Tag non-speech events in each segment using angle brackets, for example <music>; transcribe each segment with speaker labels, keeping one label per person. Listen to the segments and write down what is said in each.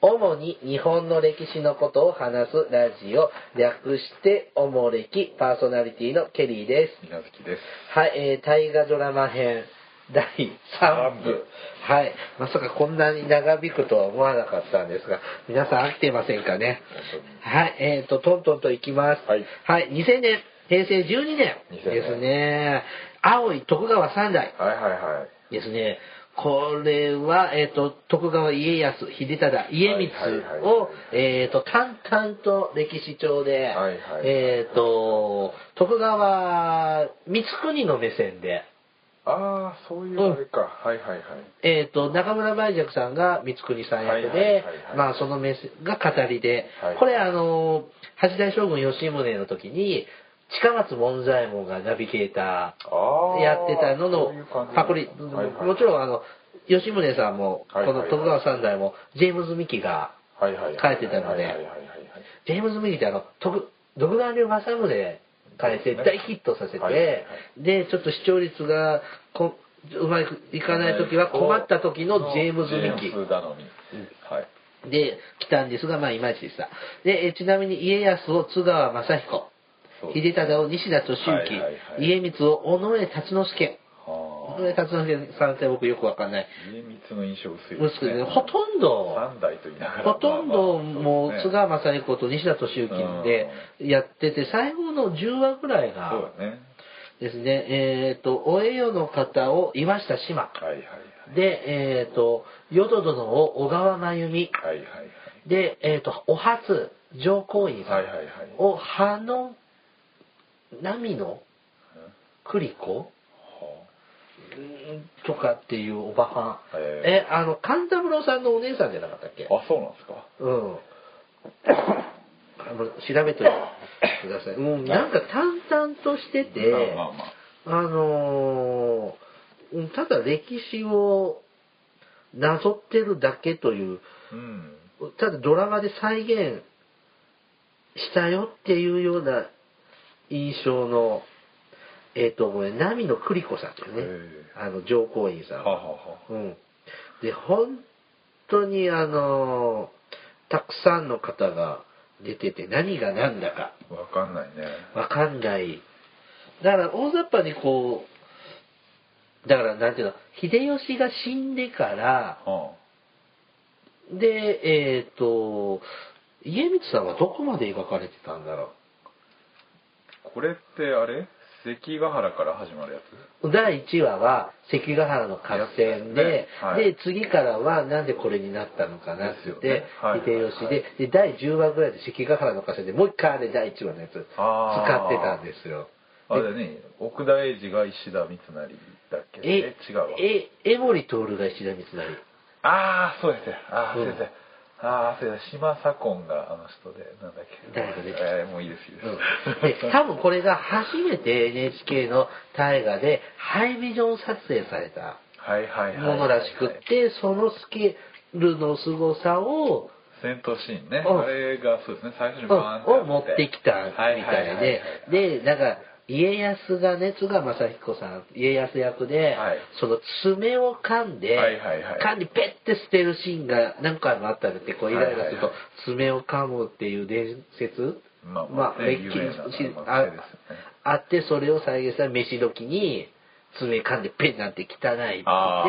Speaker 1: 主に日本の歴史のことを話すラジオ、略しておもれきパーソナリティのケリーです。
Speaker 2: 稲月です。
Speaker 1: はい、えー、大河ドラマ編第3
Speaker 2: 三
Speaker 1: 部
Speaker 2: 部。
Speaker 1: はい。まさかこんなに長引くとは思わなかったんですが、皆さん飽きてませんかね。はい、えーと、トントンと行きます。
Speaker 2: はい
Speaker 1: はい、2000年、平成12年です
Speaker 2: 2000
Speaker 1: ね。青い徳川三代
Speaker 2: はいはいはい。
Speaker 1: ですね。これは、えーと、徳川家康、秀忠、家光
Speaker 2: はいはいはい
Speaker 1: を、えーと、淡々と歴史帳で、
Speaker 2: はいはい
Speaker 1: えーと、徳川光圀の目線で、
Speaker 2: ああ、そういうあれか。はいはいはい。
Speaker 1: えー、と中村梅雀さんが光圀さん役で、
Speaker 2: はいはいはいはい
Speaker 1: まあ、そのメスが語りで、
Speaker 2: はい
Speaker 1: これあの八代将軍吉宗の時に近松門左衛門がナビゲータ
Speaker 2: あ
Speaker 1: ー
Speaker 2: あ。
Speaker 1: やってたのの
Speaker 2: そういう感じ
Speaker 1: パクリ、
Speaker 2: はいはい
Speaker 1: もちろんあの吉宗さんも、
Speaker 2: はいはいはい
Speaker 1: この徳川三代もジェームズ・ミキが
Speaker 2: はいはいはい。
Speaker 1: 書いてたので
Speaker 2: はいはいはいはい
Speaker 1: ジェームズ・ミキってあの徳独眼竜政宗変えて
Speaker 2: そうです
Speaker 1: 大
Speaker 2: ね
Speaker 1: ヒットさせて、
Speaker 2: はいはいはい
Speaker 1: でちょっと視聴率がこうまくいかない時は困った時のジェームズ・ミキ。
Speaker 2: ジェームズなのに。はい。
Speaker 1: で、来たんですが、まあ、いまいちでした。で、えちなみに家康を津川正彦、
Speaker 2: そう
Speaker 1: 秀忠を西田敏行、
Speaker 2: はいはいはい
Speaker 1: 家光を尾上辰之助。
Speaker 2: は
Speaker 1: 尾上辰之助さんって僕よくわかんない。
Speaker 2: あ。家光の印象薄い
Speaker 1: 薄くね、ほとんど、
Speaker 2: 三代と言いなが
Speaker 1: <laughs>
Speaker 2: ら。
Speaker 1: ほとんどもう津
Speaker 2: が
Speaker 1: 川正彦と西田敏行でやってて、最後の10話ぐらい
Speaker 2: そう
Speaker 1: が
Speaker 2: だね。
Speaker 1: ですね、えっ、と、お栄誉の方を岩下志麻。
Speaker 2: はいはい
Speaker 1: で、えっ、と、淀殿を小川真由美。
Speaker 2: はい。はいはいはい。
Speaker 1: で、えっ、と、お初、上皇院さ
Speaker 2: は
Speaker 1: ん
Speaker 2: いはいはい。
Speaker 1: を、葉の、波の、栗子とかっていうおばはん。
Speaker 2: え
Speaker 1: え、あの、勘三郎さんのお姉さんじゃなかったっけ
Speaker 2: あ、そうなんですか。
Speaker 1: うん。あの調べといてください。うん、なんか淡々としてて、
Speaker 2: まあまあまあ。
Speaker 1: あのーうんただ歴史をなぞってるだけという
Speaker 2: うん。
Speaker 1: ただドラマで再現したよっていうような印象の、えっ、と、ごめん、波野栗子さんと
Speaker 2: へ
Speaker 1: いうね、
Speaker 2: え
Speaker 1: あの、上皇院さん。
Speaker 2: はあはあはあ
Speaker 1: うん。で、本当にあのーたくさんの方が出てて、何が何だか
Speaker 2: わかんないね。
Speaker 1: わかんない。だから、大雑把にこう、だから、なんていうの、秀吉が死んでから、
Speaker 2: は
Speaker 1: で、えっ、と、家光さんはどこまで描かれてたんだろ
Speaker 2: あ、これってあれ関ヶ原から始まるやつ
Speaker 1: う。第1話は関ヶ原の合戦で
Speaker 2: やつで、すねはい
Speaker 1: で、次からはなんでこれになったのかなって言って、
Speaker 2: ですよねはい
Speaker 1: 秀吉で、
Speaker 2: はい
Speaker 1: で、第10話ぐらいで関ヶ原の合戦で、もう一回あれ第1話のやつ、
Speaker 2: あ
Speaker 1: 使っ
Speaker 2: ー
Speaker 1: てたんですよ。
Speaker 2: あれだね、奥田英二が石田三成だっけ
Speaker 1: え、
Speaker 2: 違うわ。
Speaker 1: え、江守徹が石田三成。
Speaker 2: ああ、そうですよ。ああ、
Speaker 1: うん
Speaker 2: 先生。ああ、そうです。島左近があの人で、なんだっけ。
Speaker 1: 誰かね
Speaker 2: えーもういいです、いいです。 <laughs>
Speaker 1: で多分これが初めて NHK の大河でハイビジョン撮影された
Speaker 2: はいはいはい。
Speaker 1: ものらしくって、そのスケールの凄さを、
Speaker 2: 戦闘シーンね。
Speaker 1: うん
Speaker 2: あれがそうですね、最初に
Speaker 1: うん
Speaker 2: バーンってや
Speaker 1: を持ってきたみたいで、で、なんか、家康がね、津川雅彦さん、家康役で、
Speaker 2: はい
Speaker 1: その爪を噛んで、
Speaker 2: はいはいはい
Speaker 1: 噛んでペッて捨てるシーンが何回もあったので、こうイライラすると
Speaker 2: はいはいはい、
Speaker 1: 爪を噛むっていう伝説、
Speaker 2: まあまあ
Speaker 1: めっきり
Speaker 2: 有名な
Speaker 1: し
Speaker 2: まあ
Speaker 1: あ
Speaker 2: そうですよね
Speaker 1: あって、それを再現した飯時に、爪噛んでペンなんて汚いって言って、
Speaker 2: あ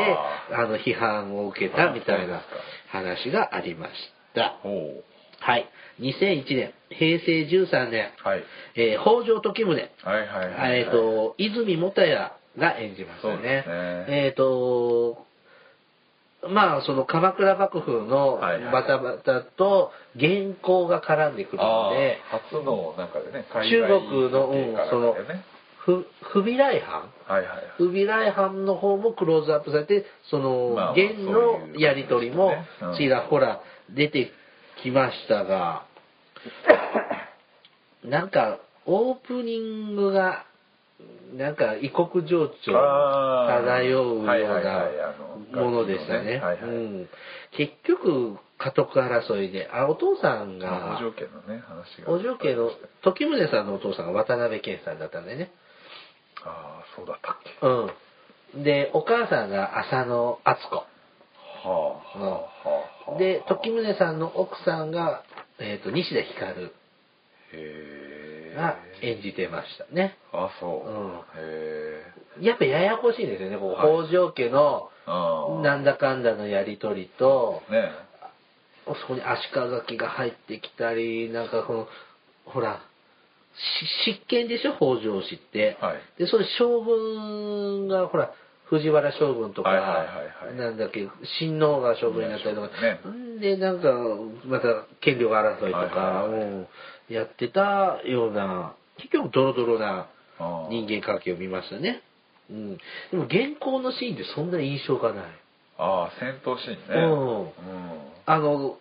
Speaker 1: あの批判を受けたみたいな
Speaker 2: あ
Speaker 1: 話がありました。
Speaker 2: おお
Speaker 1: はい。2001年、平成13年、
Speaker 2: はい。
Speaker 1: えー北条時宗、
Speaker 2: はいはいはい、はい。
Speaker 1: えっ、と、泉元也が演じましたね。
Speaker 2: そうですね
Speaker 1: えっ、と、まあ、その鎌倉幕府の
Speaker 2: はいはい
Speaker 1: バタバタと原稿が絡んでくるの
Speaker 2: あ
Speaker 1: で、
Speaker 2: あ初の中でね、海
Speaker 1: 中
Speaker 2: 外
Speaker 1: 国の、うん
Speaker 2: からだ
Speaker 1: その
Speaker 2: よね、
Speaker 1: ふ不備来藩
Speaker 2: はいはいはい。
Speaker 1: 不備来藩の方もクローズアップされて、その、
Speaker 2: まあ
Speaker 1: 元
Speaker 2: そういう感
Speaker 1: の
Speaker 2: じ
Speaker 1: やりとりも
Speaker 2: ですねうん
Speaker 1: ちらほら出てきました
Speaker 2: <laughs>
Speaker 1: が、なんか、オープニングが、なんか異国情緒
Speaker 2: あー
Speaker 1: 漂うよう
Speaker 2: はいはいはいあ
Speaker 1: な
Speaker 2: の
Speaker 1: ものでしたね
Speaker 2: 楽器のねはいはい
Speaker 1: うん結局家督争いであお父さん
Speaker 2: まあ
Speaker 1: が
Speaker 2: お嬢家のね、話が。
Speaker 1: お嬢家の時宗さんのお父さんが渡辺謙さんだったんだよね
Speaker 2: ああ、そうだったっけ。
Speaker 1: うん。で、お母さんが浅野敦子。
Speaker 2: はあはあはあはあ
Speaker 1: で、時宗さんの奥さんが、えっ、と、西田ひかる
Speaker 2: へえ
Speaker 1: が演じてましたね。
Speaker 2: あそう、
Speaker 1: うん
Speaker 2: へえ
Speaker 1: やっぱややこしいんですよね、こ
Speaker 2: は
Speaker 1: う、北条家の、
Speaker 2: ああ
Speaker 1: なんだかんだのやりとりと、
Speaker 2: ね
Speaker 1: そこに足利家が入ってきたり、なんかこの、ほら、し執権でしょ、北条氏って。
Speaker 2: はい
Speaker 1: で、それ将軍が、ほら、藤原将軍とか、
Speaker 2: はいはいはいはい
Speaker 1: なんだっけ、親王が将軍になったりとか、
Speaker 2: ね
Speaker 1: んで、なんか、また権力争いとか、
Speaker 2: はいはいはい
Speaker 1: うんやってたような、結局ドロドロな
Speaker 2: ああ
Speaker 1: 人間関係を見ましたね。うん。でも、現行のシーンでそんな印象がない。
Speaker 2: ああ戦闘シーンね
Speaker 1: うん
Speaker 2: うん
Speaker 1: あの、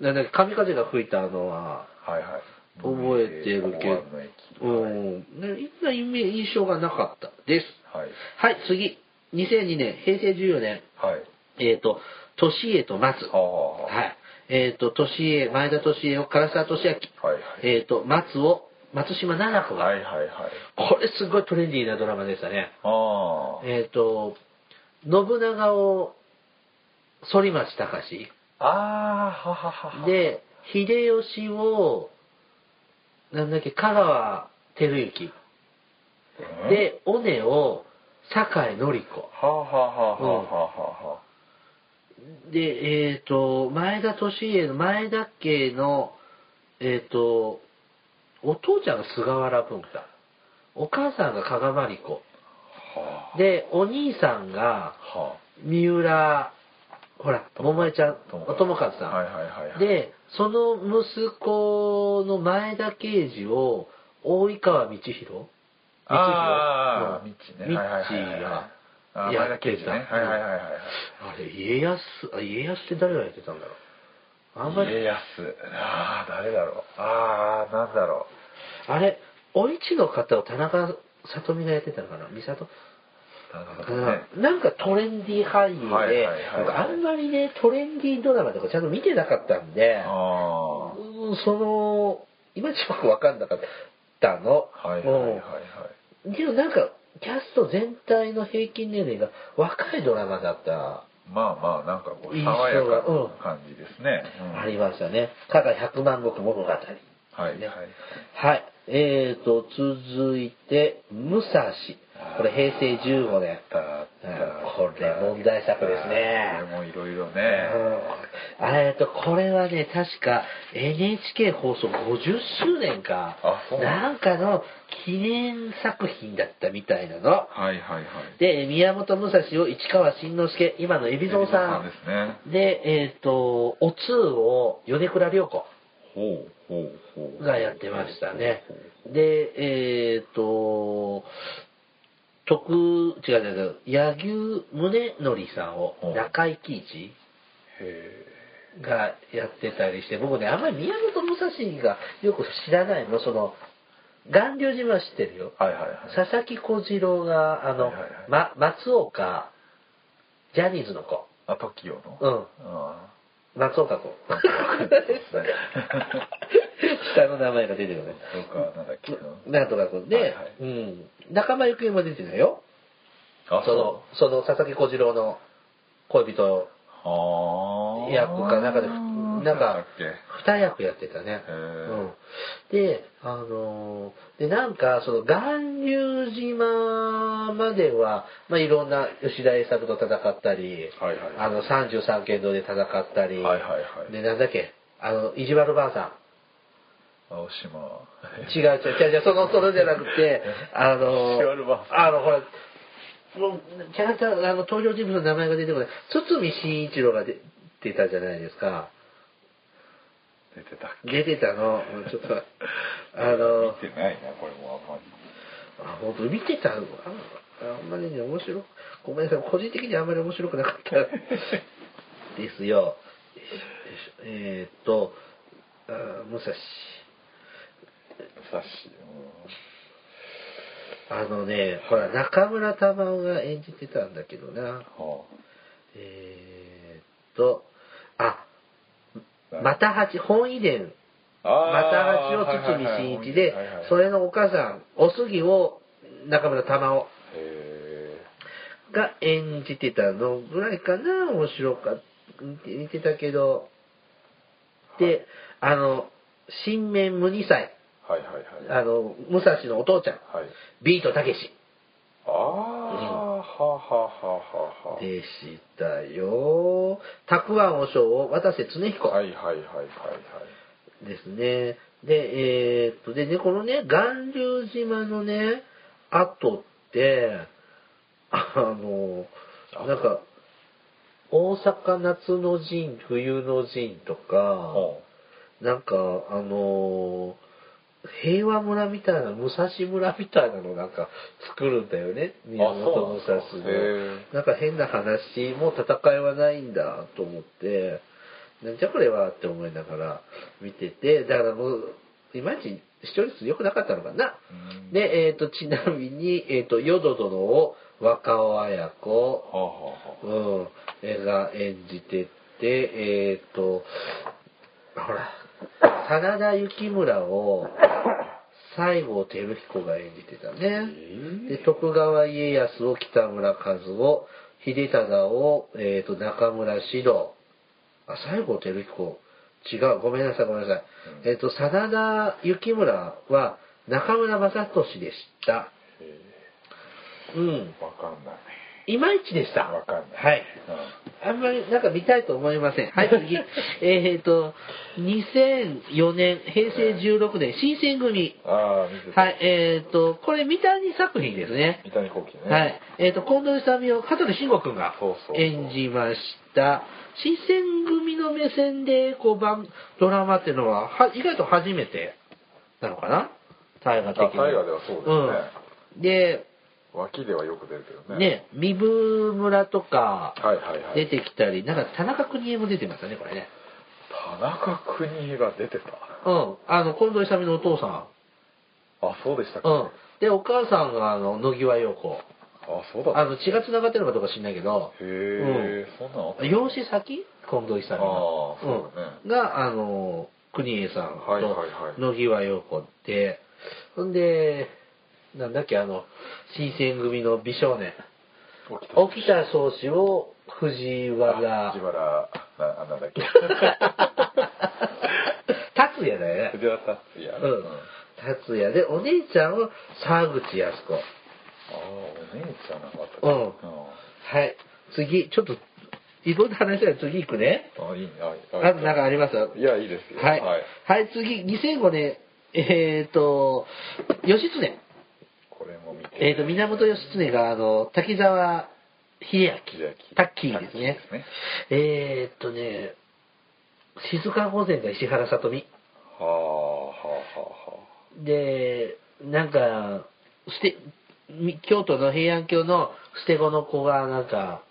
Speaker 1: なんだっけ、神風が吹いたのは、
Speaker 2: はいはい
Speaker 1: 覚えてるけど
Speaker 2: 大和の駅、
Speaker 1: うん、ねいんなイメ印象がなかったです。
Speaker 2: はい
Speaker 1: はい、次。2002年、平成14年、
Speaker 2: はい
Speaker 1: えっ、と、年江と松。
Speaker 2: はあはあ
Speaker 1: はい。えっ、と、年江、前田年江を唐沢俊明。
Speaker 2: はいはい
Speaker 1: えっ、と、松を、松島奈々子が。
Speaker 2: はいはいはい
Speaker 1: これすごいトレンディーなドラマでしたね。
Speaker 2: あ
Speaker 1: えっ、と、信長を、反町隆史。
Speaker 2: あああはははは
Speaker 1: で、秀吉を、なんだっけ、香川照之。
Speaker 2: うん
Speaker 1: で、尾根を、酒井紀子。
Speaker 2: はあはあはあはあはあは
Speaker 1: で、えっ、と、前田利家の、前田家の、えっ、と、お父ちゃんが菅原文太。お母さんが加賀まり子。
Speaker 2: あはあ
Speaker 1: で、お兄さんが、
Speaker 2: はあ
Speaker 1: 三浦、ほら、桃江ちゃん、お友和さん。
Speaker 2: はいはいはいはい
Speaker 1: で、その息子の前田慶次を、大井川道弘
Speaker 2: ああ、道ね。
Speaker 1: 道
Speaker 2: はいはいはいはい
Speaker 1: 弘が
Speaker 2: あー
Speaker 1: や
Speaker 2: 前
Speaker 1: っ
Speaker 2: 田
Speaker 1: て
Speaker 2: 刑
Speaker 1: た
Speaker 2: 事ね。はいはいはいはい。
Speaker 1: あれ、家康、あ家康って誰がやってたんだろう。あんま
Speaker 2: 家
Speaker 1: り、
Speaker 2: 康。ああ、誰だろう。ああ、なんだろ
Speaker 1: あれ、お市の方を田中さとみがやってたのかな美里
Speaker 2: う。なるほ
Speaker 1: か
Speaker 2: ど
Speaker 1: な、
Speaker 2: ね。
Speaker 1: なんかトレンディー俳優で、
Speaker 2: はいはいはいはい
Speaker 1: なんかあんまりね、トレンディードラマとかちゃんと見てなかったんで、
Speaker 2: あ
Speaker 1: うんその、いまいちよくわかんなかったの。
Speaker 2: あ、はいはいはいはい。
Speaker 1: うんでもなんか、キャスト全体の平均年齢が若いドラマだった、
Speaker 2: まあまあ、なんかこう、
Speaker 1: 印象が
Speaker 2: 爽やかな感じですね。うん
Speaker 1: ありましたね。加賀百万石物語。
Speaker 2: はいはい
Speaker 1: ね
Speaker 2: はい。
Speaker 1: はい。えーと、続いて、武蔵。これ平成15年。
Speaker 2: あったあった
Speaker 1: これ問題作ですね
Speaker 2: これもいろいろね。
Speaker 1: うんえーと、これはね、確か NHK 放送50周年か
Speaker 2: あそう、な
Speaker 1: なんかの記念作品だったみたいなの。
Speaker 2: はいはいはい。
Speaker 1: で、宮本武蔵を市川新之助、今の海老蔵さ
Speaker 2: 海老蔵さんですね
Speaker 1: ん。で、えっ、と、お通を米倉涼子
Speaker 2: ほうほうほう。
Speaker 1: がやってましたね
Speaker 2: ほうほう。
Speaker 1: で、えっ、と、徳、違う違う違う、柳生宗則さんを
Speaker 2: ほう
Speaker 1: 中井貴一
Speaker 2: へえ。
Speaker 1: がやってたりして、僕ね、あんまり宮本武蔵がよく知らないの、その、巌流島は知ってるよ。
Speaker 2: はいはいはい。
Speaker 1: 佐々木小次郎が、あの、
Speaker 2: はいはいはい
Speaker 1: ま、松岡、ジャニーズの子。
Speaker 2: あ、TOKIO の
Speaker 1: うん
Speaker 2: あ
Speaker 1: 松岡子。
Speaker 2: そうね
Speaker 1: <laughs> 下の名前が出てるよね。
Speaker 2: ーとか、なんだっけ
Speaker 1: なんとか君で、
Speaker 2: はいはい
Speaker 1: うん。仲間由紀恵も出てるよ。
Speaker 2: あ、
Speaker 1: その、その佐々木小次郎の恋人
Speaker 2: う。はあ。
Speaker 1: 役かなんかで、なん
Speaker 2: だ
Speaker 1: か
Speaker 2: っけ、
Speaker 1: 二役やってたね。
Speaker 2: へ
Speaker 1: う
Speaker 2: ー
Speaker 1: ん。で、あのーで、なんか、その、巌流島までは、まあ、いろんな吉田栄作と戦ったり、
Speaker 2: はいはい
Speaker 1: あの、33剣道で戦ったり、
Speaker 2: はいはいはい
Speaker 1: で、なんだっけ、あの、意地悪ばあさん。
Speaker 2: 青島。、
Speaker 1: 違う違う違う違う、その、そのじゃなくてあの
Speaker 2: シュワルバー
Speaker 1: ー、あの、ほら、もうキャラクター、あの、登場人物の名前が出てこない。堤真一郎が出てたじゃないですか。
Speaker 2: <laughs> 出てたっけ
Speaker 1: 出てたの、ちょっと、
Speaker 2: <laughs>
Speaker 1: <laughs> あの、
Speaker 2: 見てないな、これもあんまり。
Speaker 1: あ本当見てたのああんまりね、面白く、ごめんなさい、個人的にはあんまり面白くなかったですよ。よいしょよいしょえーっと、あー武蔵。
Speaker 2: 武
Speaker 1: あのね、ほら、中村玉緒が演じてたんだけどな。
Speaker 2: 蔵。うん。は
Speaker 1: えーっと、あ、
Speaker 2: あ。
Speaker 1: また八、本遺伝、また八を堤真一で、そ
Speaker 2: れ。
Speaker 1: れのお母さん、おすぎを中村玉緒。
Speaker 2: へ
Speaker 1: が演じてたのぐらいかな、面白かった、似て似てたけど。で、あの、新面無二歳、
Speaker 2: はいはいはい
Speaker 1: あの、武蔵のお父ちゃん、
Speaker 2: はい
Speaker 1: ビートたけし
Speaker 2: ああ、はあはあはあはあ
Speaker 1: でしたよ。たくあんおしょうを渡瀬恒彦。
Speaker 2: はいはいはいはいはい
Speaker 1: ですね。で、えーっと、でね、このね、巌流島のね、跡って、あの、なんか、大阪夏の陣、冬の陣とか、
Speaker 2: ほ
Speaker 1: なんか、あの平和村みたいな、武蔵村みたいなのなんか作るんだよね、宮本武蔵
Speaker 2: あそうなんですか
Speaker 1: の
Speaker 2: へ。
Speaker 1: なんか変な話、もう戦いはないんだと思って、なんじゃこれはって思いながら見てて、だからもう、いまいち視聴率良くなかったのかな。
Speaker 2: うん
Speaker 1: で、えっ、と、ちなみに、えっ、と、ヨド殿を若尾綾子、
Speaker 2: はあはあはあ
Speaker 1: うん、えが演じてって、えっ、と、ほら、真田幸村を西郷輝彦が演じてたね。
Speaker 2: え
Speaker 1: で、徳川家康を北村和夫、秀忠を、えっ、と、中村獅童。あ、西郷輝彦。違う、ごめんなさい、ごめんなさい。えっ、と、真田幸村は中村正俊でした。
Speaker 2: え
Speaker 1: うん。
Speaker 2: わかんない
Speaker 1: いまいちでした。
Speaker 2: わかんない
Speaker 1: はい。
Speaker 2: うん
Speaker 1: あんまりなんか見たいと思いま
Speaker 2: <laughs>
Speaker 1: せん。はい、次。えっと、2004年、平成16年、新選組。
Speaker 2: ああ見てた、
Speaker 1: はい、えっ、と、これ三谷作品ですね。
Speaker 2: 三谷幸喜ね
Speaker 1: はい。えっ、と、近藤勇を香取慎吾くんが
Speaker 2: そうそうそう
Speaker 1: 演じました。新選組の目線で、こう、番、ドラマっていうのは、は、意外と初めてなのかな大河的に。
Speaker 2: あ大河ではそうですね
Speaker 1: うん。で、
Speaker 2: 脇ではよく出るけどね
Speaker 1: ね、三部村とか、
Speaker 2: はいはいはい
Speaker 1: 出てきたり、なんか田中邦衛も出てましたね、これね。
Speaker 2: 田中邦衛が出てた
Speaker 1: うん。あの、近藤勇のお父さ
Speaker 2: あそうでした
Speaker 1: ん。
Speaker 2: か、
Speaker 1: うん。で、お母さんが、あの、野際陽子。
Speaker 2: あそうだった
Speaker 1: あの、血が繋がってるのかどうか知んないけど、
Speaker 2: へえ、そんなのあった
Speaker 1: 養子先近藤勇が。
Speaker 2: あーそうだね
Speaker 1: ん。が、あの、国枝さん
Speaker 2: はいはいは
Speaker 1: と
Speaker 2: い
Speaker 1: 野際陽子って、ほんで、なんだっけ、あの、新選組の美少年。
Speaker 2: 起きた
Speaker 1: 沖田総司を藤
Speaker 2: あ
Speaker 1: 原
Speaker 2: 藤。原ななんだっけ
Speaker 1: <laughs> 達也だよね。
Speaker 2: 藤原達也
Speaker 1: うん。達也で、お姉ちゃんは沢口靖子。
Speaker 2: ああお姉ちゃんなかった
Speaker 1: うんはい。次、ちょっと、いろんな話だよ。次行くね。
Speaker 2: あいいねあ
Speaker 1: あ
Speaker 2: いい
Speaker 1: となんかありますはい
Speaker 2: いやいいですよ
Speaker 1: い。はい、次、2005年、えっ、と、義経。
Speaker 2: これも見て
Speaker 1: えっ、と、源義経が、あの、滝沢秀明。
Speaker 2: 秀明
Speaker 1: タッキーですね。
Speaker 2: タッキーで
Speaker 1: えっ、とね、静か御前が石原さとみ。
Speaker 2: はあはあはあは
Speaker 1: で、なんか、して、み京都の平安京の捨て子の子が、なんか、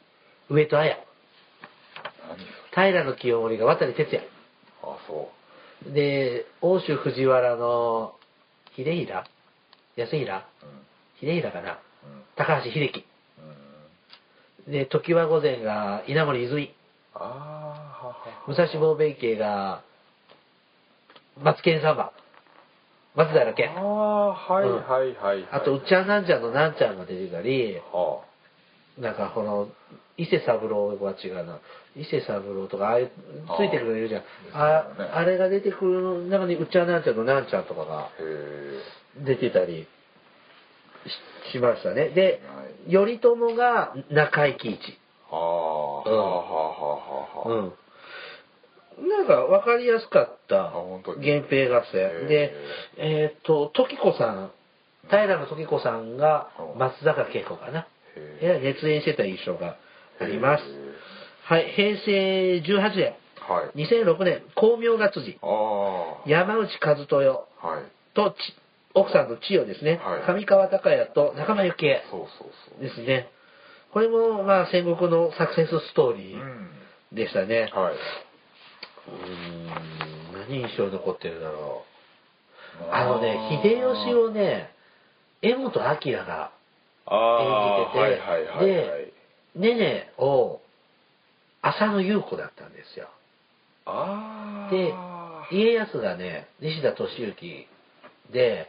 Speaker 1: 上戸彩。
Speaker 2: あ何それ
Speaker 1: 平清盛が渡哲
Speaker 2: あそ
Speaker 1: 也。で、欧州藤原の、秀平安平
Speaker 2: ううん
Speaker 1: 秀平かな
Speaker 2: うん
Speaker 1: 高橋秀樹。
Speaker 2: うん
Speaker 1: で、常盤御前が稲森泉。
Speaker 2: ああはあはあ
Speaker 1: 武蔵坊弁慶が、松健様。松平健。
Speaker 2: ああはいはいはい、はい
Speaker 1: あと、うっちゃんなんちゃんのなんちゃんが出てたり、
Speaker 2: は
Speaker 1: なんかこの伊勢三郎は違うな伊勢三郎とかああいうついてくるのいるじゃんあ,、
Speaker 2: ですよね
Speaker 1: あれが出てくる中にうっちゃんなんちゃんのなんちゃんとかが
Speaker 2: あへえ
Speaker 1: 出てたりししましたねで、
Speaker 2: は
Speaker 1: 頼朝が中井貴一
Speaker 2: はあはあはあはあはあ
Speaker 1: うんなんか分かりやすかった
Speaker 2: あ本当に
Speaker 1: 源平合
Speaker 2: へ
Speaker 1: 戦
Speaker 2: ー
Speaker 1: でえーっと時子さん平時子さんが
Speaker 2: うん
Speaker 1: 松坂慶子かな
Speaker 2: へー
Speaker 1: えらい熱演してた印象があります
Speaker 2: へ
Speaker 1: はい平成18年
Speaker 2: ーはい
Speaker 1: 2006年光明月辻
Speaker 2: ああ
Speaker 1: 山内和豊
Speaker 2: はい
Speaker 1: とち奥さんの千代ですね、
Speaker 2: はい
Speaker 1: 上川隆也と仲間由紀恵
Speaker 2: そうそうそう
Speaker 1: ですねこれもまあ戦国のサクセスストーリ
Speaker 2: う
Speaker 1: ー
Speaker 2: ん
Speaker 1: でしたね、
Speaker 2: はいう
Speaker 1: ーん何印象に残ってるだろうあのね
Speaker 2: ー
Speaker 1: 秀吉をね柄本明が
Speaker 2: ああ
Speaker 1: 演じてて、
Speaker 2: はいはいはいはい
Speaker 1: でねねを浅野優子だったんですよ
Speaker 2: ああ
Speaker 1: で家康がね西田敏行で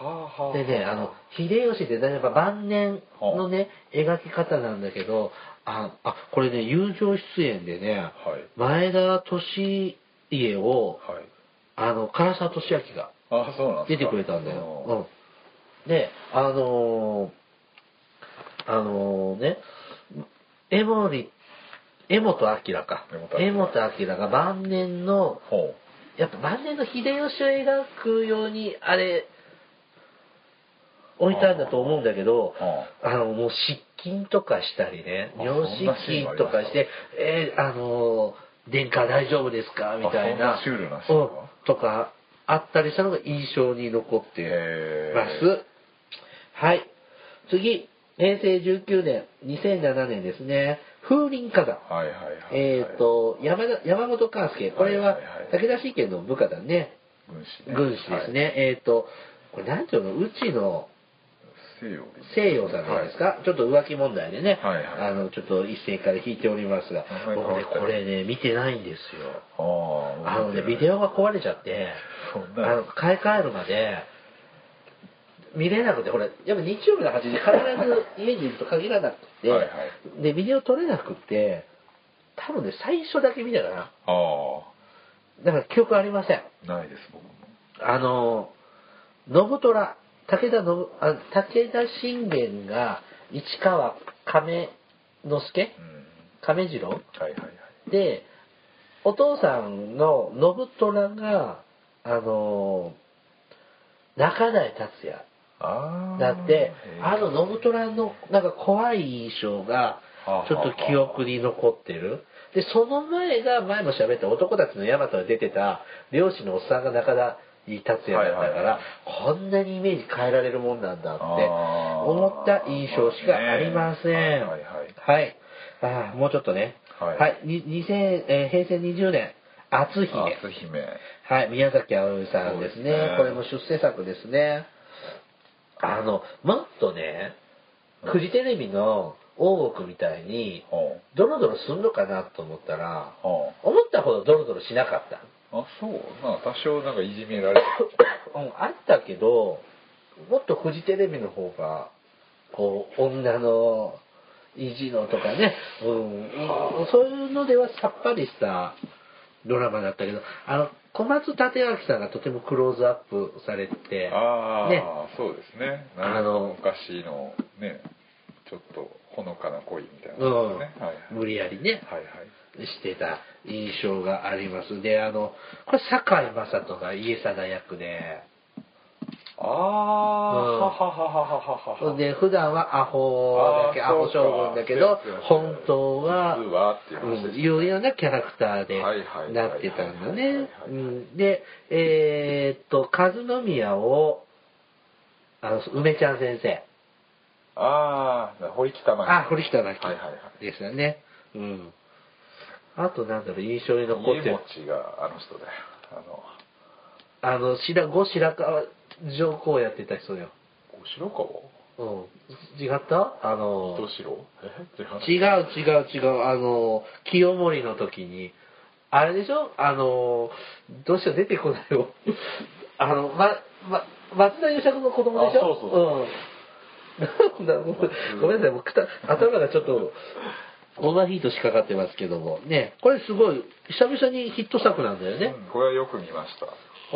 Speaker 2: はあはあはあ
Speaker 1: でね、あの、秀吉って大体やっぱ晩年のね、描き方なんだけど、あ、あ、これね、友情出演でね、
Speaker 2: はい
Speaker 1: 前田利家を、
Speaker 2: はい
Speaker 1: あの、唐沢俊明が
Speaker 2: あそうなんです
Speaker 1: 出
Speaker 2: か
Speaker 1: てくれたんだよ。うん。で、あのー、あのーね、江森、江本明か
Speaker 2: 江
Speaker 1: 江
Speaker 2: 本
Speaker 1: 本明が晩年の
Speaker 2: ほ
Speaker 1: やっぱ晩年の秀吉を描くようにあれ置いたんだと思うんだけど
Speaker 2: あ
Speaker 1: あのもう失禁とかしたりね
Speaker 2: あ
Speaker 1: 尿失禁とかして「えーあのー殿下大丈夫ですか?」みたいな
Speaker 2: あそんなシュールなシーンが
Speaker 1: うんとかあったりしたのが印象に残って
Speaker 2: へー
Speaker 1: ますはい次平成19年2007年ですね風林火山
Speaker 2: うはいはいはいはい
Speaker 1: えー、と山田山本勘介、これは
Speaker 2: はいはいはい
Speaker 1: 武田信玄の部下だね、
Speaker 2: 軍師ね
Speaker 1: 軍師ですね、
Speaker 2: はい
Speaker 1: えっ、と、これ、なんていうの、うちの
Speaker 2: 西洋
Speaker 1: 西洋さんなんですか、ちょっと浮気問題でね、
Speaker 2: はいはい
Speaker 1: あのちょっと一斉から引いておりますが
Speaker 2: 名、前変
Speaker 1: 僕
Speaker 2: わ
Speaker 1: ね
Speaker 2: っ、た
Speaker 1: これね、見てないんですよ。
Speaker 2: はい、ああ
Speaker 1: あのね、ビデオが壊れちゃって、
Speaker 2: そん
Speaker 1: あ
Speaker 2: な
Speaker 1: の買い替えるまで、見れなくて、これ、やっぱ日曜日の8時、必ず家にいると限らなくて、
Speaker 2: はいは
Speaker 1: で、ビデオ撮れなくて、多分ね、最初だけ見たかな。
Speaker 2: あ
Speaker 1: だから記憶ありません。
Speaker 2: あないです僕も
Speaker 1: あの、信虎、武田信、あ武田信玄が市川亀之助
Speaker 2: うん
Speaker 1: 亀次郎
Speaker 2: はいはいはい
Speaker 1: で、お父さんの信虎が、あの、中内達也
Speaker 2: ああ
Speaker 1: だって、あ
Speaker 2: る
Speaker 1: の信虎のなんか怖い印象が
Speaker 2: はあ、
Speaker 1: ちょっと記憶に残ってる。で、その前が前も喋った男たちのヤマトに出てた漁師のおっさんが中田に達也だったから、
Speaker 2: はいはいはい
Speaker 1: こんなにイメージ変えられるもんなんだって
Speaker 2: あー
Speaker 1: 思った印象しかありません。
Speaker 2: ねえはいはい
Speaker 1: はいあーもうちょっとね。
Speaker 2: はい
Speaker 1: に2000えー平成20年、篤姫。
Speaker 2: 篤姫
Speaker 1: はい、宮崎あおいさんですね。
Speaker 2: そうですね
Speaker 1: これも出世作ですね。あの、もっとね、フジテレビの大奥みたいに、
Speaker 2: ほ
Speaker 1: ドロドロすんのかなと思ったら
Speaker 2: う、ほ
Speaker 1: 思ったほどドロドロしなかった。
Speaker 2: うあそうなんか多少なんかいじめられて
Speaker 1: うんあったけど、もっとフジテレビの方が、こう、女の意地のとかね、うん、うんそういうのではさっぱりしたドラマだったけど、あの、小松立明さんがとてもクローズアップされて、
Speaker 2: ああ、
Speaker 1: ね
Speaker 2: そうですね
Speaker 1: あ
Speaker 2: あ
Speaker 1: の
Speaker 2: の昔のねちょっとほのかな恋みたいな
Speaker 1: うん
Speaker 2: のね、はいはい
Speaker 1: 無理やりね、
Speaker 2: はいはい
Speaker 1: してた印象があります。で、あの、これ、堺雅人が家定役で、
Speaker 2: ああ、
Speaker 1: うん
Speaker 2: ははははははは
Speaker 1: で、普段はアホだけ、ア
Speaker 2: あー
Speaker 1: ホ将軍だけど
Speaker 2: そうか、
Speaker 1: 本当は、
Speaker 2: 実はっていう話ですね
Speaker 1: んいうようなキャラクターで
Speaker 2: はいはいはい
Speaker 1: なってたんだ
Speaker 2: はいはい
Speaker 1: ね
Speaker 2: はい。
Speaker 1: うんで、えーっと、和宮を、あの、梅ちゃん先生、
Speaker 2: ああ堀北真希
Speaker 1: あ、堀北真希
Speaker 2: はいはいはい
Speaker 1: ですよね。うん。あと、なんだろう、印象に残って
Speaker 2: 家
Speaker 1: る
Speaker 2: 持。ちがあの人だよあの
Speaker 1: あの、白、後白河上皇やってた人だよ。
Speaker 2: 小白川
Speaker 1: うん。違ったあの、
Speaker 2: 糸白え違う
Speaker 1: 違う違う違う、あの、清盛の時に、あれでしょあの、どうしよう出てこないよ。 <laughs> あの、ま、ま、松田優作の子供でしょ
Speaker 2: あそうそう
Speaker 1: うん。 <laughs> なんだもうごめんなさい、もうくた頭がちょっと、オーバーヒートしかかってますけども。ね、これすごい、久々にヒット作なんだよね。
Speaker 2: うんこれはよく見ました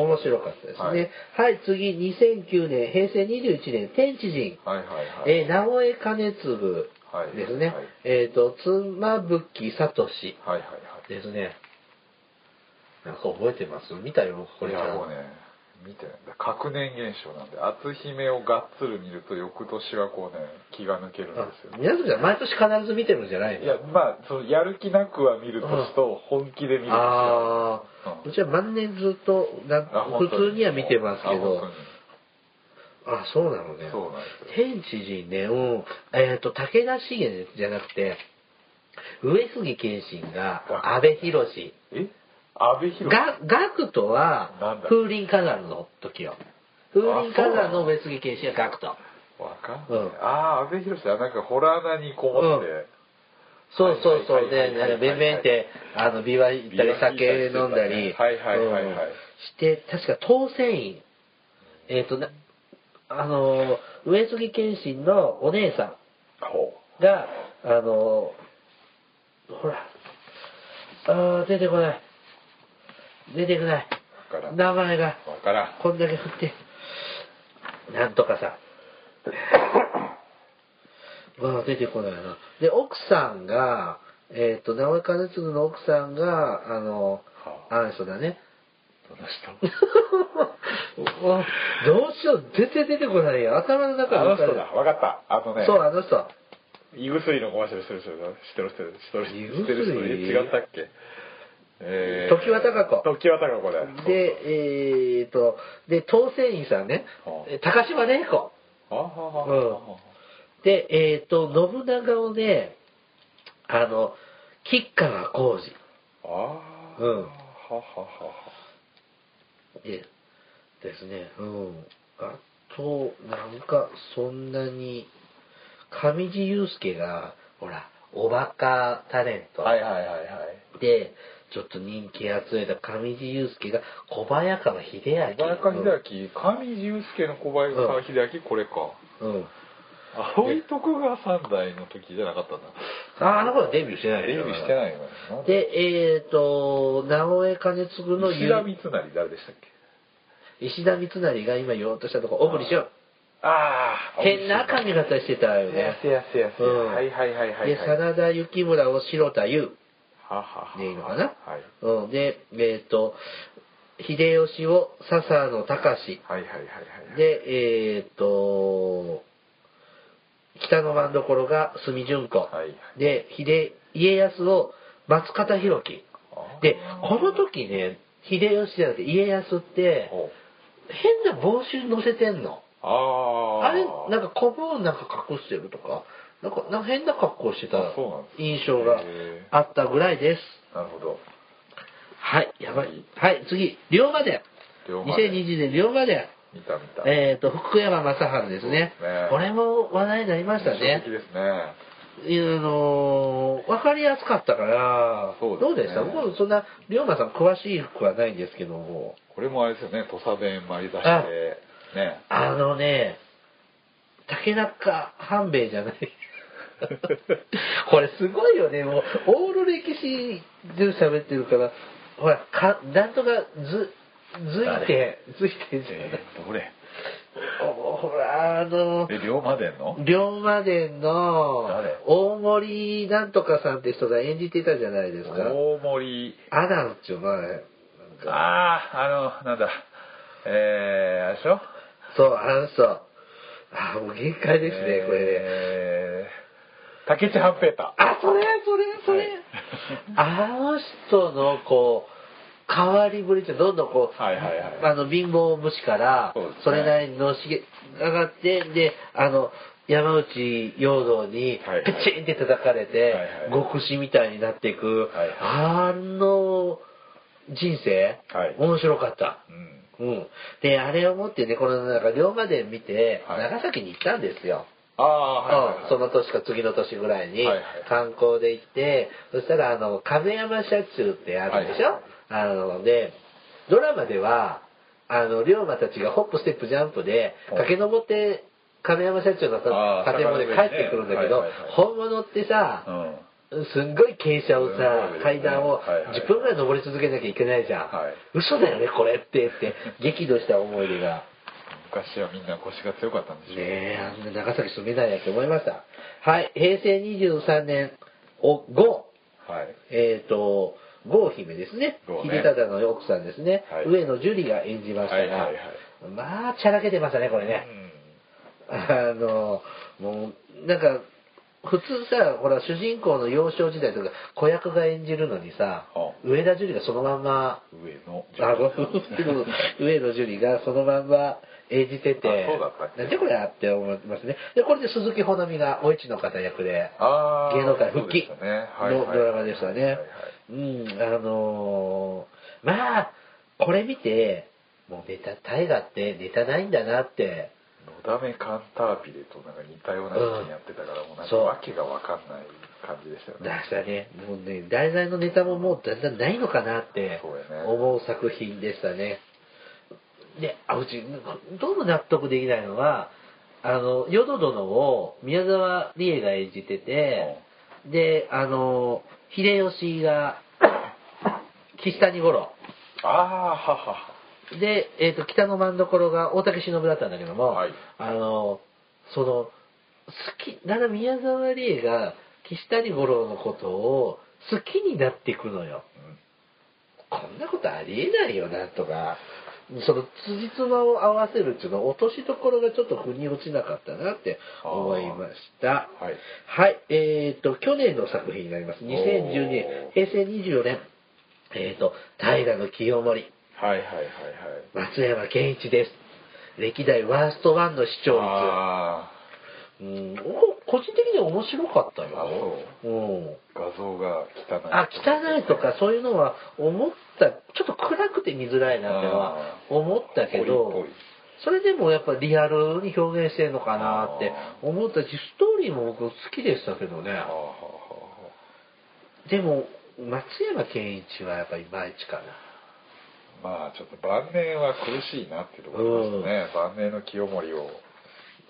Speaker 1: 面白かったですね。はい、次、2009年、平成21年、天地人。
Speaker 2: はいはいはい、
Speaker 1: えー、直江兼次ですね。
Speaker 2: はいはい
Speaker 1: えっ、と、妻夫木聡
Speaker 2: はいはいはい
Speaker 1: ですね。なんか覚えてます見たよ、こ
Speaker 2: こ
Speaker 1: れ
Speaker 2: れ
Speaker 1: ちゃ
Speaker 2: は
Speaker 1: ん
Speaker 2: もうね見てない確年現象なんで篤姫をがっつり見ると翌年はこうね気が抜けるんで
Speaker 1: あ
Speaker 2: すよ
Speaker 1: 皆さんじゃ毎年必ず見てるんじゃないの
Speaker 2: いやまあそのやる気なくは見る年と本気で見る年は
Speaker 1: ああ、
Speaker 2: うん
Speaker 1: うちは万年ずっとなん
Speaker 2: あ本
Speaker 1: 普
Speaker 2: 当
Speaker 1: 通には見てますけ
Speaker 2: あ
Speaker 1: ど
Speaker 2: 本、
Speaker 1: あそうなの
Speaker 2: 当に
Speaker 1: ね。
Speaker 2: そうなんですよ
Speaker 1: 天知人ね、うん、えっ、と、武田信玄じゃなくて、上杉謙信が安倍博士。
Speaker 2: え安倍博
Speaker 1: が、ガクト
Speaker 2: な
Speaker 1: は
Speaker 2: んだ
Speaker 1: 風林火山の時よ。風林火山の上杉謙信はガクト。
Speaker 2: わかん
Speaker 1: う
Speaker 2: ない、
Speaker 1: ん
Speaker 2: ああ安倍博士はなんかホラー穴にこもって、
Speaker 1: そうそうそ
Speaker 2: は
Speaker 1: う。
Speaker 2: いはい
Speaker 1: で、
Speaker 2: はいはい
Speaker 1: なんかべんべんって、あの、琵琶行ったり、酒飲んだり、
Speaker 2: はいはいはいはい
Speaker 1: うんして、確か当選員、えっ、とな、あの、上杉謙信のお姉さ
Speaker 2: ほ
Speaker 1: んが、あの、ほら、あー出てこない。出てこない
Speaker 2: から。ん
Speaker 1: 名前が、
Speaker 2: う。わから
Speaker 1: <laughs>
Speaker 2: ん。
Speaker 1: こんだけ振って、なんとかさ。まあ、出てこないな。で、奥さんが、えっ、と、直江兼次の奥さんが、あの、
Speaker 2: はあ
Speaker 1: あの人だ
Speaker 2: <laughs>
Speaker 1: ね。
Speaker 2: どの
Speaker 1: う
Speaker 2: 人
Speaker 1: わどうしよう、全然出てこ <laughs> ないよ。頭の中
Speaker 2: あ
Speaker 1: が
Speaker 2: の
Speaker 1: 浮か
Speaker 2: 人
Speaker 1: ぶ
Speaker 2: だ。わかった。あのね。
Speaker 1: そう、あの人。
Speaker 2: 胃薬のコマーシャルしてる人だ知ってる人知ってる人
Speaker 1: 胃薬
Speaker 2: 知ってる人違ったっけえ
Speaker 1: 常盤貴子
Speaker 2: 時盤貴子だよ
Speaker 1: で、えっ、と、で、当選員さんね
Speaker 2: はあ。
Speaker 1: え高島玲子。
Speaker 2: あははは
Speaker 1: うんで、えっ、と、信長をね、あの、吉川浩司。
Speaker 2: あー
Speaker 1: うん
Speaker 2: ははは
Speaker 1: でですね、うん。あと、なんか、そんなに、上地雄介が、ほら、おバカタレント
Speaker 2: ははいはいはいはい
Speaker 1: で、ちょっと人気集めた上地雄介が、小早川秀明。
Speaker 2: 小早川秀明上地雄介の小早川秀明これか
Speaker 1: うん。うん。
Speaker 2: 葵徳川三代の時じゃなかったんだ
Speaker 1: あ、あの頃デビューしてない
Speaker 2: デビューして
Speaker 1: い。
Speaker 2: ないよね
Speaker 1: で、えっ、と、直江兼次の
Speaker 2: 石田三成誰でしたっけ
Speaker 1: 石田三成が今言おうとしたとこ、小栗旬。
Speaker 2: ああ
Speaker 1: 変な髪型してたよね。
Speaker 2: せやせやせや
Speaker 1: うん
Speaker 2: はいはいはいはい
Speaker 1: で、真田幸村を白田優
Speaker 2: ははは
Speaker 1: でいいのかな。
Speaker 2: はい
Speaker 1: うん、で、えっ、と、秀吉を笹野隆。
Speaker 2: はいはいはいはい
Speaker 1: で、えっ、と、北の番所が住純子。
Speaker 2: はいはい
Speaker 1: で、秀、家康を松方弘樹。
Speaker 2: あー
Speaker 1: で、この時ね、秀吉じゃなくて家康って、
Speaker 2: ほう
Speaker 1: 変な帽子に乗せてんの。
Speaker 2: ああ
Speaker 1: あれ、なんか小帽なんか隠してるとか、なんかなんか変な格好してた
Speaker 2: あそうなんですね
Speaker 1: 印象が
Speaker 2: へ
Speaker 1: あったぐらいです。
Speaker 2: なるほど
Speaker 1: はい、やばい。はい、次、龍馬伝。
Speaker 2: 龍馬伝
Speaker 1: 2020年龍馬伝。
Speaker 2: 見た見た
Speaker 1: えっ、と、福山雅治ですね。
Speaker 2: そうですね
Speaker 1: これも話題になりました
Speaker 2: 印象
Speaker 1: ね
Speaker 2: 的。ですね
Speaker 1: あのー、わかりやすかったから、
Speaker 2: そうですね
Speaker 1: どうでした僕、そんな、龍馬さん詳しくはないんですけども、
Speaker 2: これもあれですよね土佐弁まり出し
Speaker 1: あ
Speaker 2: てね
Speaker 1: あのね、竹中半兵衛じゃ
Speaker 2: <laughs>
Speaker 1: ない。これすごいよね、もう、オール歴史で喋ってるから、ほら、かなんとかず、ずいて、ずいてんじゃない。
Speaker 2: えーどれ
Speaker 1: おほら、あの、
Speaker 2: え龍馬伝の
Speaker 1: 龍馬伝の
Speaker 2: 誰
Speaker 1: 大森なんとかさんって人が演じてたじゃないですか。
Speaker 2: 大森
Speaker 1: アナウンチョ前。
Speaker 2: あああのなんだえーあれでしょ
Speaker 1: そう、あの人。あ、もう限界ですね、これね。
Speaker 2: えー竹内半平太
Speaker 1: あ、それ、それ、それ。
Speaker 2: はい
Speaker 1: あの人の、こう、変わりぶりってどんどんこう、
Speaker 2: はいはいはい
Speaker 1: あの、貧乏無視から、
Speaker 2: そうですね
Speaker 1: それなりにのしげ上がって、で、あの、山内陽道に
Speaker 2: はい
Speaker 1: ペチンって叩かれて、
Speaker 2: はいはい
Speaker 1: 極死みたいになっていく、
Speaker 2: はい
Speaker 1: あの人生、
Speaker 2: はい
Speaker 1: 面白かった。
Speaker 2: うん
Speaker 1: うん。で、あれを持ってね、この、なんか、龍馬伝見て、
Speaker 2: はい
Speaker 1: 長崎に行ったんですよ。
Speaker 2: ああはいはい
Speaker 1: うん
Speaker 2: はい
Speaker 1: その年か次の年ぐらいに
Speaker 2: はいはい
Speaker 1: 観光で行って、そしたら、あの、亀山社中ってあるでしょ、
Speaker 2: はい
Speaker 1: あの、で、ドラマでは、あの、龍馬たちがホップ、ステップ、ジャンプで、
Speaker 2: はい
Speaker 1: 駆け上って、亀山社長の
Speaker 2: あー
Speaker 1: 建物で帰ってくるんだけど、
Speaker 2: 坂の上にねはいはいはい
Speaker 1: 本物ってさ、
Speaker 2: うん
Speaker 1: すんごい傾斜を
Speaker 2: すごいです
Speaker 1: さ、
Speaker 2: ね
Speaker 1: 階段を
Speaker 2: はいはい
Speaker 1: 10分ぐらい登り続けなきゃいけないじゃん。
Speaker 2: はい
Speaker 1: 嘘だよね、これって、って、激怒した思い出が。
Speaker 2: 昔はみんな腰が強かったんでしょう
Speaker 1: ねえ、あんな長崎住めないやと思いました。はい、平成23年、お、5、
Speaker 2: はい
Speaker 1: えっ、と、郷姫ですね。
Speaker 2: 郷ね
Speaker 1: 秀忠の奥さんですね。
Speaker 2: はい
Speaker 1: 上野樹里が演じましたが、
Speaker 2: はいはいはい
Speaker 1: まあ、ちゃらけてましたね、これね。あの、もう、なんか、普通さ、ほら、主人公の幼少時代とか、子役が演じるのにさ、
Speaker 2: はあ
Speaker 1: 上田樹里がそのまんま、
Speaker 2: うん上の
Speaker 1: あごめん上野樹里がそのまんま演じてて
Speaker 2: あ、そうだったっけ
Speaker 1: なんでこれって思いますね。で、これで鈴木保奈美がお市の方役で、
Speaker 2: あー
Speaker 1: <laughs> 芸能界復帰
Speaker 2: そうでしたねはいはい
Speaker 1: のドラマでした
Speaker 2: はい
Speaker 1: ね
Speaker 2: はい。
Speaker 1: うん、あのーまあ、これ見て、もうネタ、大河ってネタないんだなって、
Speaker 2: のだめカンタービレとなんか似たような時期にやってたから、もうなんか
Speaker 1: そう
Speaker 2: わけがわかんない感じでしたよね
Speaker 1: だしたね、もうね、題材のネタももうだんだんないのかなって
Speaker 2: そうやね
Speaker 1: 思う作品でしたね。で、あ、うち、どうも納得できないのが、あの、ヨド殿を宮沢りえが演じてて、で、あの、秀吉が、岸谷五郎。
Speaker 2: ああはは
Speaker 1: で、えっ、と、北の真ん所が大竹しのぶだったんだけども、
Speaker 2: はい
Speaker 1: あの、その、好き、だんだん宮沢りえが岸谷五郎のことを好きになっていくのよ。こんなことありえないよな、とか、その、辻褄を合わせるっていうのは落としどころがちょっと腑に落ちなかったなって思いました。
Speaker 2: あーはい。
Speaker 1: はい。えっ、と、去年の作品になります。2012年、
Speaker 2: おー
Speaker 1: 平成24年、えっ、と、平の清盛。
Speaker 2: はいはいはいはい
Speaker 1: 松山健一です。歴代ワーストワンの視聴率。
Speaker 2: あ
Speaker 1: うん、お個人的には面白かったよ。
Speaker 2: あ
Speaker 1: うん。
Speaker 2: ー画像が汚い
Speaker 1: あ、汚いとかそういうのは思った、ちょっと暗くて見づらいなってのは思ったけ
Speaker 2: あー
Speaker 1: ど
Speaker 2: 濃い濃い、
Speaker 1: それでもやっぱリアルに表現してるのかなって思ったし、ストーリーも僕好きでしたけどね
Speaker 2: あー。は
Speaker 1: でも、松山健一はやっぱいまいちかな。
Speaker 2: あはあはあまあちょっと晩年は苦しいなっていうところですね、晩年の清盛を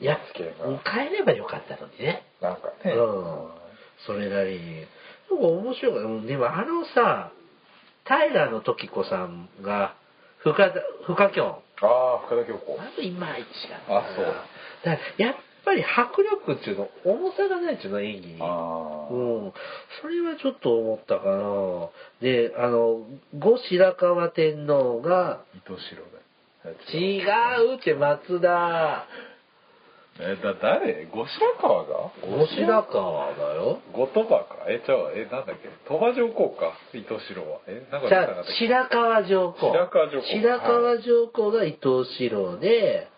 Speaker 1: いや
Speaker 2: つけが、
Speaker 1: 変えればよかったのにね。
Speaker 2: なんかね、
Speaker 1: うんそれなりに。なんか面白いからうん。でもあのさ、平の時子さんが、深田、深きょ
Speaker 2: ああ深田恭子
Speaker 1: ん。まずいまいちだな
Speaker 2: あそう
Speaker 1: だからやっぱり迫力っていうの、重さがないっていうの、演技に。
Speaker 2: あ
Speaker 1: う
Speaker 2: あ、
Speaker 1: ん。それはちょっと思ったかな。で、あの、後白河天皇が、
Speaker 2: 糸白だ
Speaker 1: 違うって松田。
Speaker 2: えだ誰後白河が
Speaker 1: 後白河だよ。
Speaker 2: 後鳥羽かえちゃうわえなんだっけ鳥羽上皇か糸白はえなんか
Speaker 1: じ
Speaker 2: 言
Speaker 1: ゃ
Speaker 2: ってなか
Speaker 1: あ
Speaker 2: った
Speaker 1: 白川
Speaker 2: っけ
Speaker 1: 上皇
Speaker 2: 白川上皇
Speaker 1: 白川上皇が伊藤四郎で、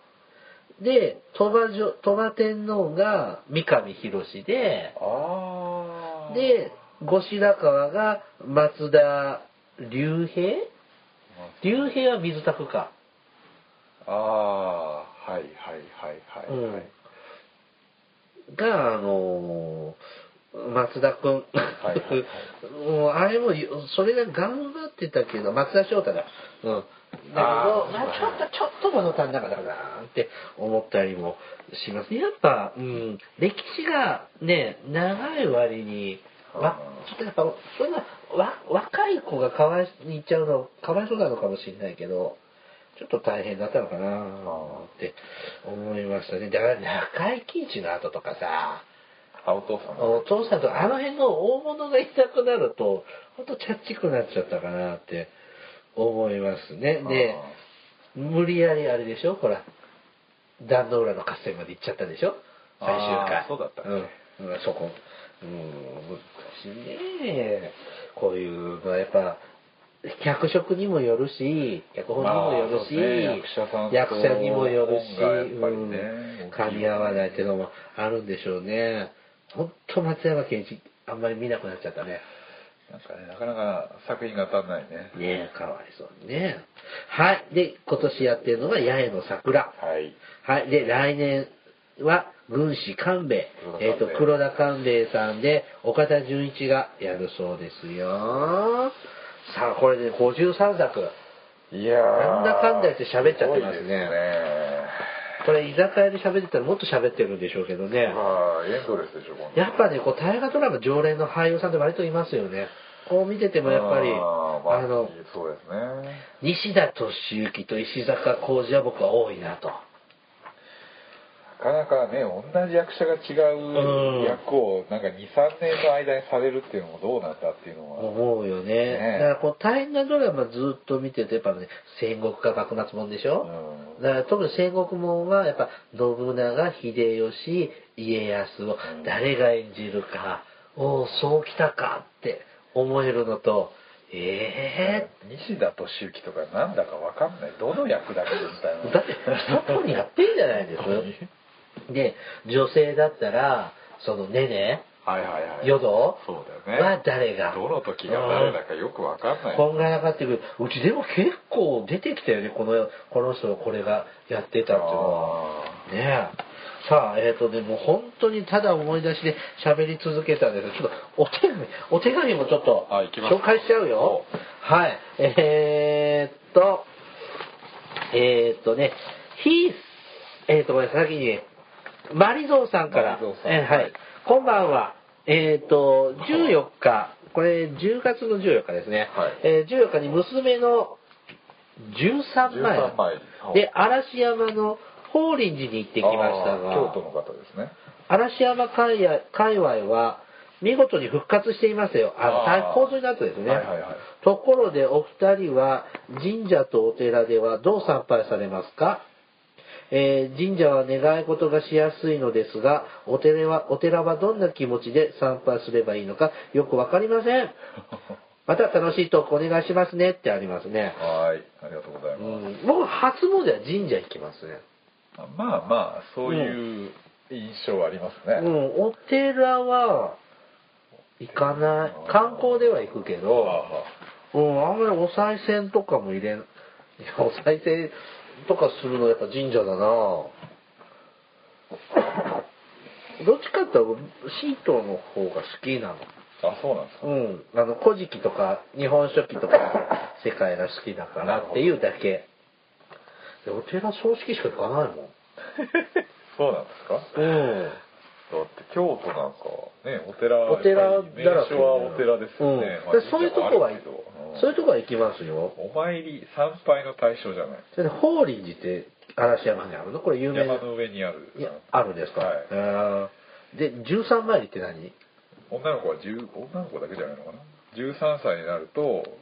Speaker 1: で鳥羽上鳥羽天皇が三上博史で
Speaker 2: ああ
Speaker 1: で後白河が松田龍平龍平は水沢か、
Speaker 2: ああはいはいはいはいはい、
Speaker 1: うん、があのー松田君、
Speaker 2: はいは
Speaker 1: <laughs>
Speaker 2: い
Speaker 1: もうあれもそれが頑張ってたけど松田翔太だ、うん、だけど
Speaker 2: あー
Speaker 1: まあ、ちょっとちょっと物足んなかったかなって思ったりもしますやっぱ、うん、歴史がね長い割にわ
Speaker 2: うん
Speaker 1: ちょっとやっぱそんなわ若い子がかわいに行っちゃうのかわいそうなのかもしれないけどちょっと大変だったのかなって思いましたねだから中井貴一の後とかさ
Speaker 2: あお父さん
Speaker 1: お父さんとかあの辺の大物がいなくなるとほんとチャッチくなっちゃったかなって思いますねで無理やりあれでしょほら壇ノ浦の合戦まで行っちゃったでしょ最終
Speaker 2: あ
Speaker 1: 回
Speaker 2: ーそうだったっけ
Speaker 1: うん、うんそこうん難しいねこういうのはやっぱ脚色にもよるし脚本にもよるし、
Speaker 2: まあそうですね役者さんと
Speaker 1: 役者にもよるし
Speaker 2: 本がやっぱりね
Speaker 1: うん噛み合わないっていうのもあるんでしょうね本当松山ケンイチあんまり見なくなっちゃったね
Speaker 2: なんかねなかなか作品が当たんないね
Speaker 1: ねえかわいそうにねはいで今年やってるのが八重の桜
Speaker 2: はい
Speaker 1: はい。で、来年は、軍師官兵衛
Speaker 2: 黒田官。兵衛
Speaker 1: えっ、と、黒田官兵衛さんで、岡田准一がやるそうですよ。さあ、これで53作。
Speaker 2: いやー
Speaker 1: なんだかんだ言って喋っちゃってますね
Speaker 2: ごいですね
Speaker 1: これ、居酒屋で喋ってたらもっと喋ってるんでしょうけどね。
Speaker 2: まあエンドレスでしょこんなの
Speaker 1: やっぱね、こう、大河ドラマ常連の俳優さんって割といますよね。こう見ててもやっぱり、
Speaker 2: あーまあ
Speaker 1: あの、
Speaker 2: そうですね
Speaker 1: 西田敏行と石坂浩二は僕は多いなと。
Speaker 2: なかなかね同じ役者が違
Speaker 1: うん
Speaker 2: う役をなんか23年の間にされるっていうのもどうなんだっていうのは
Speaker 1: 思うよね。
Speaker 2: ね
Speaker 1: だからこう大変なドラマずっと見てて、やっぱね、戦国か幕末もんでしょ、
Speaker 2: うん
Speaker 1: だから特に戦国もんは、やっぱ信長、秀吉、家康を
Speaker 2: うん
Speaker 1: 誰が演じるか、おお、そうきたかって思えるのと、え
Speaker 2: 西田敏行とかなんだかわかんないどの役だっけみた
Speaker 1: え
Speaker 2: いな
Speaker 1: だって、過去にやってんじゃないで
Speaker 2: 本当に
Speaker 1: す
Speaker 2: <laughs>
Speaker 1: で、女性だったら、そのねね、
Speaker 2: はいはいはい
Speaker 1: 淀は
Speaker 2: そうだよね
Speaker 1: 誰が。
Speaker 2: どの時が誰だかよくわかんない
Speaker 1: こんがらがってくる。うちでも結構出てきたよね、この、この人のこれがやってたっていうのは。ねえ。さあ、えっ、とね、もう本当にただ思い出しで喋り続けたんですけど、ちょっとお手紙、お手紙もちょっと
Speaker 2: あ行きます
Speaker 1: 紹介しちゃうよ。はい。えーっと、えーっとね、ひえーっと、ごめんなさい、先に、マリゾーさんから
Speaker 2: マリゾー、さん
Speaker 1: えーは
Speaker 2: はい
Speaker 1: い、こんばんは。えーっと、14日、これ10月の14日ですね。
Speaker 2: はい
Speaker 1: えー14日に娘の13枚
Speaker 2: 13枚
Speaker 1: で、嵐山の法輪寺に行ってきましたが、
Speaker 2: あー京都の方です
Speaker 1: <laughs>
Speaker 2: ね
Speaker 1: 嵐山界や界隈は見事に復活していますよ。あ
Speaker 2: あー
Speaker 1: の、構造になってですね。
Speaker 2: はいはいはい
Speaker 1: ところでお二人は神社とお寺ではどう参拝されますか、えー神社は願い事がしやすいのですが、お寺は、お寺はどんな気持ちで参拝すればいいのかよくわかりません。また楽しいトークお願いしますねってありますね。
Speaker 2: はいありがとうございうます、
Speaker 1: ん、僕、初詣は神社行きますね。
Speaker 2: まあまあそういう印象はありますね、
Speaker 1: うん、お寺は行かない。観光では行くけど、うん、あんまりお賽銭とかも入れん、いや、お賽銭とかするのやっぱ神社だな <laughs> どっちかっていうと、神道の方が好きなの。
Speaker 2: あそうなんです
Speaker 1: <laughs> うん。
Speaker 2: か、
Speaker 1: あの、古事記とか、日本書紀とかの世界が好きだからっていうだけ。でお寺葬式しか行かないもん。
Speaker 2: そうなんですか、だ
Speaker 1: うん。
Speaker 2: って京都なんかねお寺は
Speaker 1: お寺
Speaker 2: やっぱり
Speaker 1: だらけ
Speaker 2: 名所はお寺ですよね、
Speaker 1: うん
Speaker 2: まあ
Speaker 1: でそういうとこは、
Speaker 2: 神社もあるけど
Speaker 1: そういうとこは行きますよ。
Speaker 2: うんお参り参拝の対象じゃない
Speaker 1: それで、法輪寺って嵐山にあるのこれ有名な
Speaker 2: 山。の上にある
Speaker 1: いや、あるんですか。
Speaker 2: はい
Speaker 1: あーで、13参りって何
Speaker 2: 女の子は10女の子だけじゃないのかな13歳になると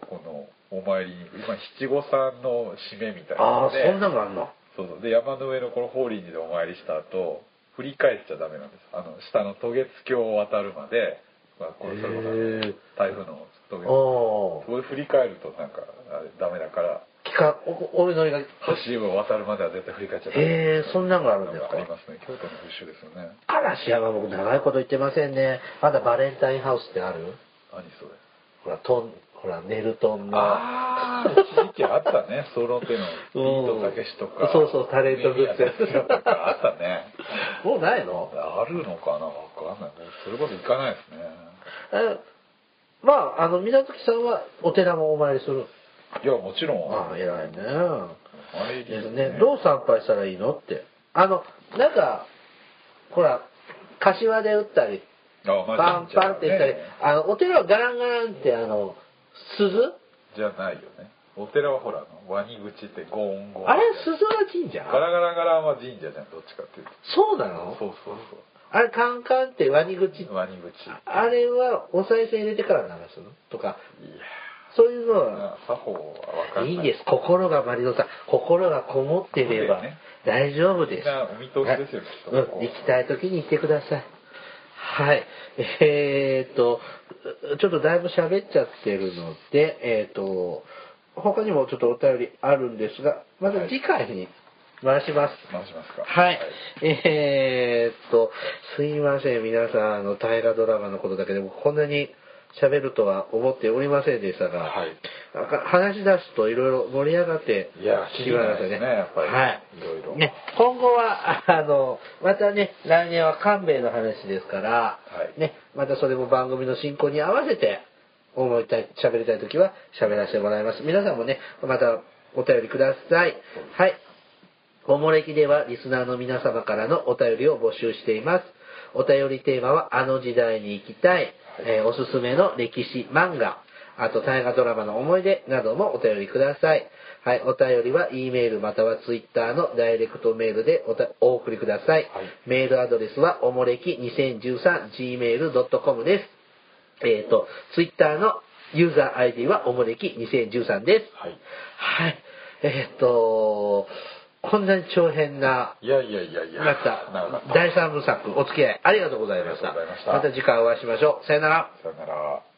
Speaker 2: このお参りに行く今七五三の締めみたいな
Speaker 1: あ
Speaker 2: の
Speaker 1: あ、そ
Speaker 2: で
Speaker 1: んなのがあんの。
Speaker 2: そうそうで山の上のこの法輪寺でお参りした後振り返っちゃダメなんですあの下の渡月橋を渡るまで、まあ、これそれこそ
Speaker 1: へー
Speaker 2: 台風の渡月橋
Speaker 1: お
Speaker 2: そこで振り返るとなんかあれダメだから
Speaker 1: ー期間、おお祈りが。へ
Speaker 2: 橋を渡るまでは絶対振り返っちゃダメ
Speaker 1: えー、そんなのがあるん
Speaker 2: な
Speaker 1: で
Speaker 2: ん
Speaker 1: す
Speaker 2: かあり
Speaker 1: か。
Speaker 2: ますね京都の風習ですよね
Speaker 1: 嵐山僕長いこと言ってませんね。まだバレンタインハウスってある
Speaker 2: 何それ
Speaker 1: ほら、トン、ほら、ネルトンの。
Speaker 2: ああ一時期あった
Speaker 1: <laughs>
Speaker 2: ねその手のビートたけしとか
Speaker 1: そうそうタレントグッズ
Speaker 2: 宮田哲也とかあったね
Speaker 1: <laughs> もうないの
Speaker 2: あるのかなわかんないもうそれこそ行かないですね
Speaker 1: えまあ、あの、水月さんはお寺もお参りする。
Speaker 2: いやもちろん
Speaker 1: ああ、偉いね。
Speaker 2: 参り
Speaker 1: ですね。どう参拝したらいいのって。あの、なんか、ほら、柏で打ったり、
Speaker 2: あまあ
Speaker 1: バンバンって打ったり
Speaker 2: 神社はね、
Speaker 1: あの、お寺はガランガランって、あの、鈴
Speaker 2: じゃないよねお寺はほらワニ口ってゴーンゴーン
Speaker 1: あれ鈴は神社
Speaker 2: ガラガラガラは神社じゃんどっちかっていうと
Speaker 1: そうな
Speaker 2: そう
Speaker 1: の
Speaker 2: そうそ
Speaker 1: あれ、カンカンってワニ口。
Speaker 2: うワニ口い
Speaker 1: あれはお賽銭入れてから流すのとか、
Speaker 2: や
Speaker 1: そういうのは
Speaker 2: な作法はわかんない
Speaker 1: いいんです。心がマリノさん、心がこもっていれば
Speaker 2: そうだよね
Speaker 1: 大丈夫です。
Speaker 2: みんなお見通しですよ
Speaker 1: はい
Speaker 2: きっと
Speaker 1: うん行きたい時に行ってください。はい。えー、っと、ちょっとだいぶ喋っちゃってるので、えー、っと、他にもちょっとお便りあるんですが、まず次回に回します。
Speaker 2: 回しますか
Speaker 1: はい。えーっと、すいません、皆さん、あの、大河ドラマのことだけでも、こんなに喋るとは思っておりませんでしたが、
Speaker 2: はい
Speaker 1: なんか話し出すといろいろ盛り上がって
Speaker 2: い
Speaker 1: しまい
Speaker 2: や
Speaker 1: ます
Speaker 2: キリがないですねやっぱり
Speaker 1: はい。
Speaker 2: いろいろ
Speaker 1: ね、今後は、ああの、またね、来年は官兵衛の話ですから、
Speaker 2: はい
Speaker 1: ね、またそれも番組の進行に合わせて、思いたい、喋りたいときは喋らせてもらいます。皆さんもね、またお便りください。はい。おもれきではリスナーの皆様からのお便りを募集しています。お便りテーマは、あの時代に行きたい、えーおすすめの歴史、漫画、あと大河ドラマの思い出などもお便りください。はい、お便りは E メールまたは Twitter のダイレクトメールでおたお送りください。メールアドレスは、おもれき 2013gmail.com です。えっ、と、Twitter のユーザー ID は、おもれき2013です。
Speaker 2: はい
Speaker 1: はい。えーっと、こんなに長編な、
Speaker 2: いやいやいやいや
Speaker 1: なっ
Speaker 2: 長かった
Speaker 1: た、第三部作、お付き合いありがとうございました。
Speaker 2: ありがとうございました
Speaker 1: また次回お会いしましょう。さよなら。
Speaker 2: さよなら